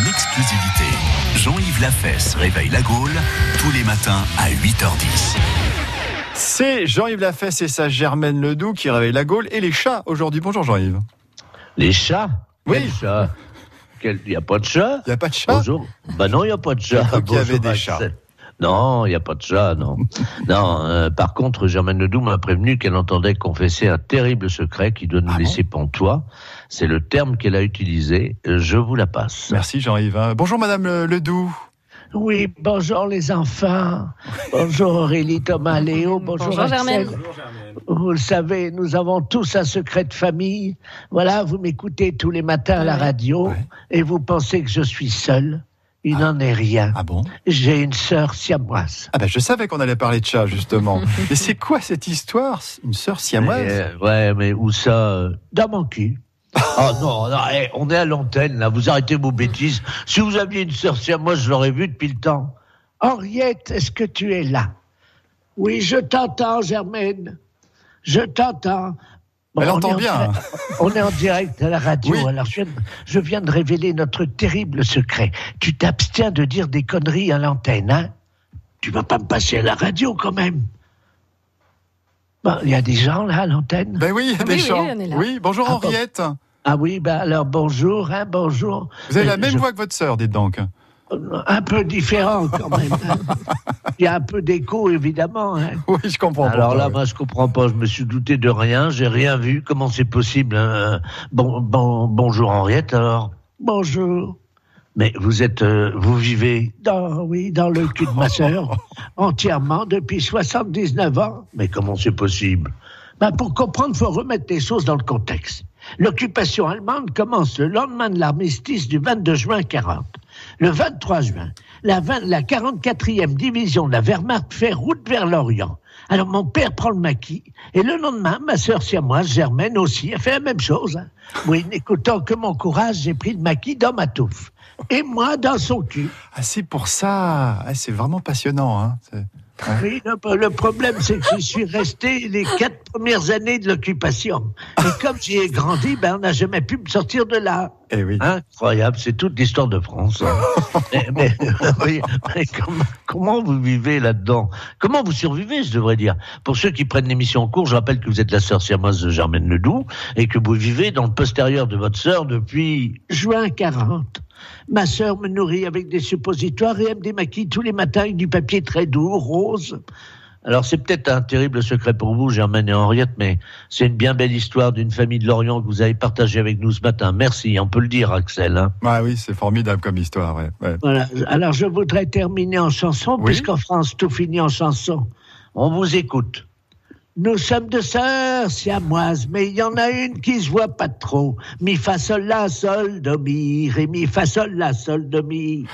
exclusivité. Jean-Yves Lafesse réveille la Gaule tous les matins à 8h10. C'est Jean-Yves Lafesse et sa Germaine Ledoux qui réveillent la Gaule et les chats aujourd'hui. Bonjour Jean-Yves. Les chats Oui. Quel chat Il n'y a pas de chat Il n'y a pas de chat Bonjour. Bah non, il n'y a pas de Je chat. crois qu'il y avait Bonjour, des chats. Axel. Non, il n'y a pas de chat, non. non, euh, par contre, Germaine Ledoux m'a prévenu qu'elle entendait confesser un terrible secret qui doit nous Ah bon laisser pantois. C'est le terme qu'elle a utilisé. Euh, Je vous la passe. Merci Jean-Yves. hein. Bonjour Madame Le- Ledoux. Oui, bonjour les enfants. Bonjour Aurélie, Thomas, Léo. Bonjour, Bonjour, Axel. Germaine. Vous le savez, nous avons tous un secret de famille. Voilà, vous m'écoutez tous les matins à la Ouais. radio Ouais. et vous pensez que je suis seul. Il n'en est rien. Ah bon J'ai une sœur siamoise. Ah ben je savais qu'on allait parler de chat justement. Mais c'est quoi cette histoire Une sœur siamoise Euh, ouais, mais où ça euh, Dans mon cul. Oh non, non, eh, on est à l'antenne là, vous arrêtez vos bêtises. Si vous aviez une sœur siamoise, je l'aurais vue depuis le temps. Henriette, est-ce que tu es là Oui, je t'entends, Germaine. Je t'entends. Bon, Elle on est entend en bien. direct- On est en direct à la radio. Oui. Alors, je viens, de- je viens de révéler notre terrible secret. Tu t'abstiens de dire des conneries à l'antenne, hein Tu vas pas me passer à la radio quand même. Bon, il y a des gens là à l'antenne. Ben oui, il y a Ah des oui, oui, chats. on est là. Oui, bonjour Ah bon. Henriette. Ah oui, bah alors bonjour, hein, bonjour. Vous avez la Euh, même je- voix que votre sœur, dites donc. Un peu différent quand même. hein. il y a un peu d'écho évidemment. hein. Oui, je comprends. Alors pourquoi, là, oui. moi, je comprends pas. Je me suis douté de rien. J'ai rien vu. Comment c'est possible hein Bon, bon, bonjour Henriette. Alors. Bonjour. Mais vous êtes, euh, vous vivez dans, oui, dans le cul de ma sœur, entièrement depuis 79 ans. Mais comment c'est possible ben, pour comprendre, faut remettre les choses dans le contexte. L'occupation allemande commence le lendemain de l'armistice du 22 juin 40. Le 23 juin, la, 20 la 44e division de la Wehrmacht fait route vers l'Orient. Alors mon père prend le maquis et le lendemain, ma sœur siamoise Germaine aussi a fait la même chose. hein. Oui, n'écoutant que mon courage, j'ai pris le maquis dans ma touffe et moi dans son cul. Ah, c'est pour ça. Ah, c'est vraiment passionnant. hein. C'est- Oui, le, le problème, c'est que j'y suis resté les quatre premières années de l'occupation. Et comme j'y ai grandi, ben, on n'a jamais pu me sortir de là. Eh oui. Incroyable, c'est toute l'histoire de France. hein. mais mais- oui, mais comment, comment vous vivez là-dedans Comment vous survivez, je devrais dire Pour ceux qui prennent l'émission en cours, je rappelle que vous êtes la sœur siamoise de Germaine Ledoux et que vous vivez dans le postérieur de votre sœur depuis juin 40. Ma sœur me nourrit avec des suppositoires et elle me démaquille tous les matins avec du papier très doux, rose. Alors c'est peut-être un terrible secret pour vous, Germaine et Henriette, mais c'est une bien belle histoire d'une famille de l'Orient que vous avez partagée avec nous ce matin. Merci, on peut le dire, Axel. hein. Ah oui, c'est formidable comme histoire. ouais, ouais. Voilà. Alors je voudrais terminer en chanson, Oui. puisqu'en France tout finit en chanson. On vous écoute. Nous sommes deux sœurs siamoises, mais il y en a une qui se voit pas trop. Mi fa sol la sol do mi, ré mi fa sol la sol do mi.